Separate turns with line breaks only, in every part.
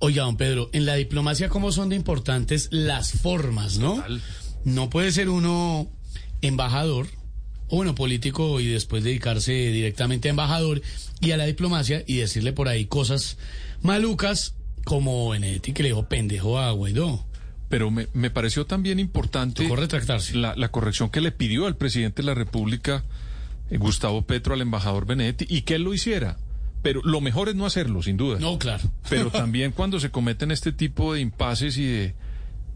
Oiga, don Pedro, en la diplomacia cómo son de importantes las formas, ¿no?
Total.
No puede ser uno embajador, o bueno, político y después dedicarse directamente a embajador y a la diplomacia y decirle por ahí cosas malucas como Benedetti que le dijo pendejo a Guaidó.
Pero me, me pareció también importante
Tocó retractarse.
la, la corrección que le pidió al presidente de la República, eh, Gustavo Petro, al embajador Benedetti, y que él lo hiciera. Pero lo mejor es no hacerlo, sin duda.
No, claro.
Pero también cuando se cometen este tipo de impases y de,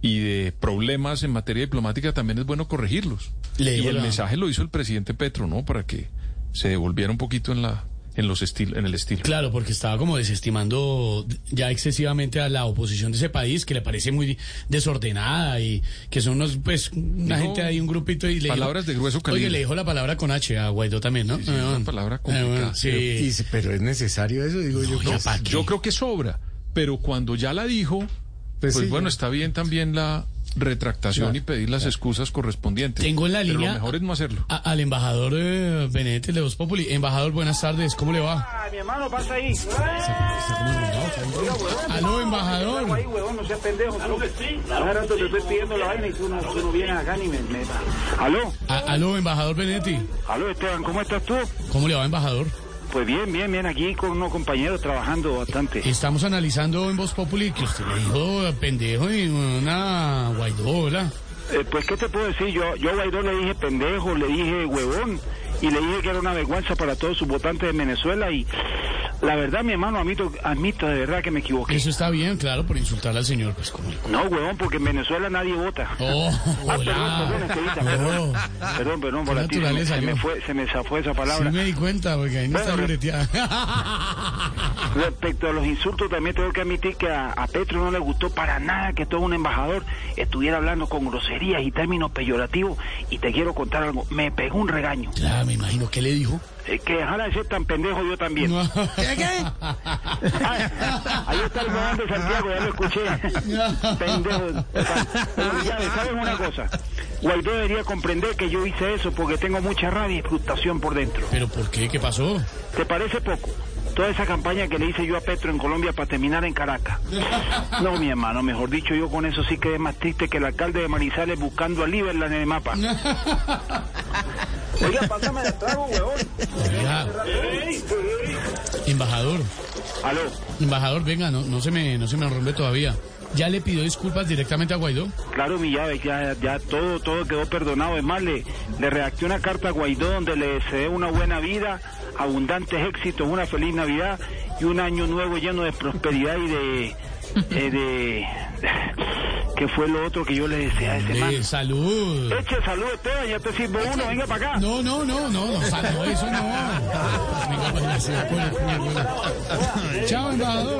y de problemas en materia diplomática, también es bueno corregirlos.
Le
y
digo
el
la-
mensaje lo hizo el presidente Petro, ¿no? Para que se devolviera un poquito en la en los estil- en el estilo.
Claro, porque estaba como desestimando ya excesivamente a la oposición de ese país, que le parece muy desordenada y que son unos, pues, una
Dijo
gente ahí, un grupito y le
palabras de grueso calibre.
Oye, le dijo la palabra con H a Guaidó también, ¿no?
Sí, sí, una
Ah,
palabra
ah,
complicada.
sí.
Y se- pero es necesario eso, digo yo.
Oiga,
pues,
¿pa' qué?
Yo creo que sobra, pero cuando ya la dijo, pues,
sí,
bueno,
ya.
está bien también la retractación
Claro,
y pedir las excusas correspondientes.
Tengo en la
pero
línea
lo mejor es no hacerlo.
a- al embajador eh, Benedetti de Voz Populi. Embajador, buenas tardes, ¿cómo le va?
Ah, mi hermano, pasa ahí.
Aló,
Algo ahí,
embajador.
huevón, no seas pendejo. Claro que sí. Hace rato te estoy pidiendo la vaina y tú no, tú no vienes acá ni me... me- Aló,
A- aló, embajador Benedetti.
aló Esteban, ¿cómo estás tú?
¿Cómo le va, embajador?
Pues bien, bien, bien, aquí con unos compañeros trabajando bastante.
Estamos analizando en Voz Populi que usted le dijo eh, pendejo y una Guaidó, ¿verdad?
Eh, pues, ¿qué te puedo decir? Yo, yo a Guaidó le dije pendejo, le dije huevón y le dije que era una vergüenza para todos sus votantes de Venezuela y la verdad, mi hermano, admito, admito de verdad que me equivoqué.
Eso está bien, claro, por insultar al señor, pues como el cu-
No, huevón, porque en Venezuela nadie vota.
Oh,
Ah, perdón, perdón,
hola.
Estevita,
Oh,
perdón. Perdón, perdón, por
Qué
la tiza,
natural le
se,
salió.
me fue, se me zafó esa
sí
palabra.
me di cuenta, porque ahí no está
Bueno,
libreteada.
Respecto a los insultos, también tengo que admitir que a, a Petro no le gustó para nada que todo un embajador estuviera hablando con groserías y términos peyorativos. Y te quiero contar algo, me pegó un regaño.
Claro, me imagino, ¿qué le dijo?
Eh, que dejara de ser tan pendejo yo también.
No.
Ah, ahí está el Juan de Santiago, ya lo escuché. Pendejo. Pero ya, ¿saben una cosa? Guaidó debería comprender que yo hice eso porque tengo mucha rabia y frustración por dentro.
¿Pero por qué? ¿Qué pasó?
¿Te parece poco? Toda esa campaña que le hice yo a Petro en Colombia para terminar en Caracas. No, mi hermano, mejor dicho, yo con eso sí quedé más triste que el alcalde de Manizales buscando a Liberland en el mapa. Oiga, pásame el trago, huevón.
Oiga, embajador,
Aló,
embajador, venga, no, no se me, no se me enrumbe todavía. ¿Ya le pidió disculpas directamente a Guaidó?
claro, mi llave, ya, ya todo, todo quedó perdonado. Es más, le, le redacté una carta a Guaidó donde le deseé una buena vida, abundantes éxitos, una feliz Navidad y un año nuevo lleno de prosperidad y de... eh, de... ¿Qué fue lo otro que yo le deseé a ese man?
De Eh, salud.
Eche, salud Esteban, ya te sirvo uno, venga para acá.
No, no, no, no, no, salud, eso no. Venga, pues, gracias, pues, mi abuela. Chao, embajador.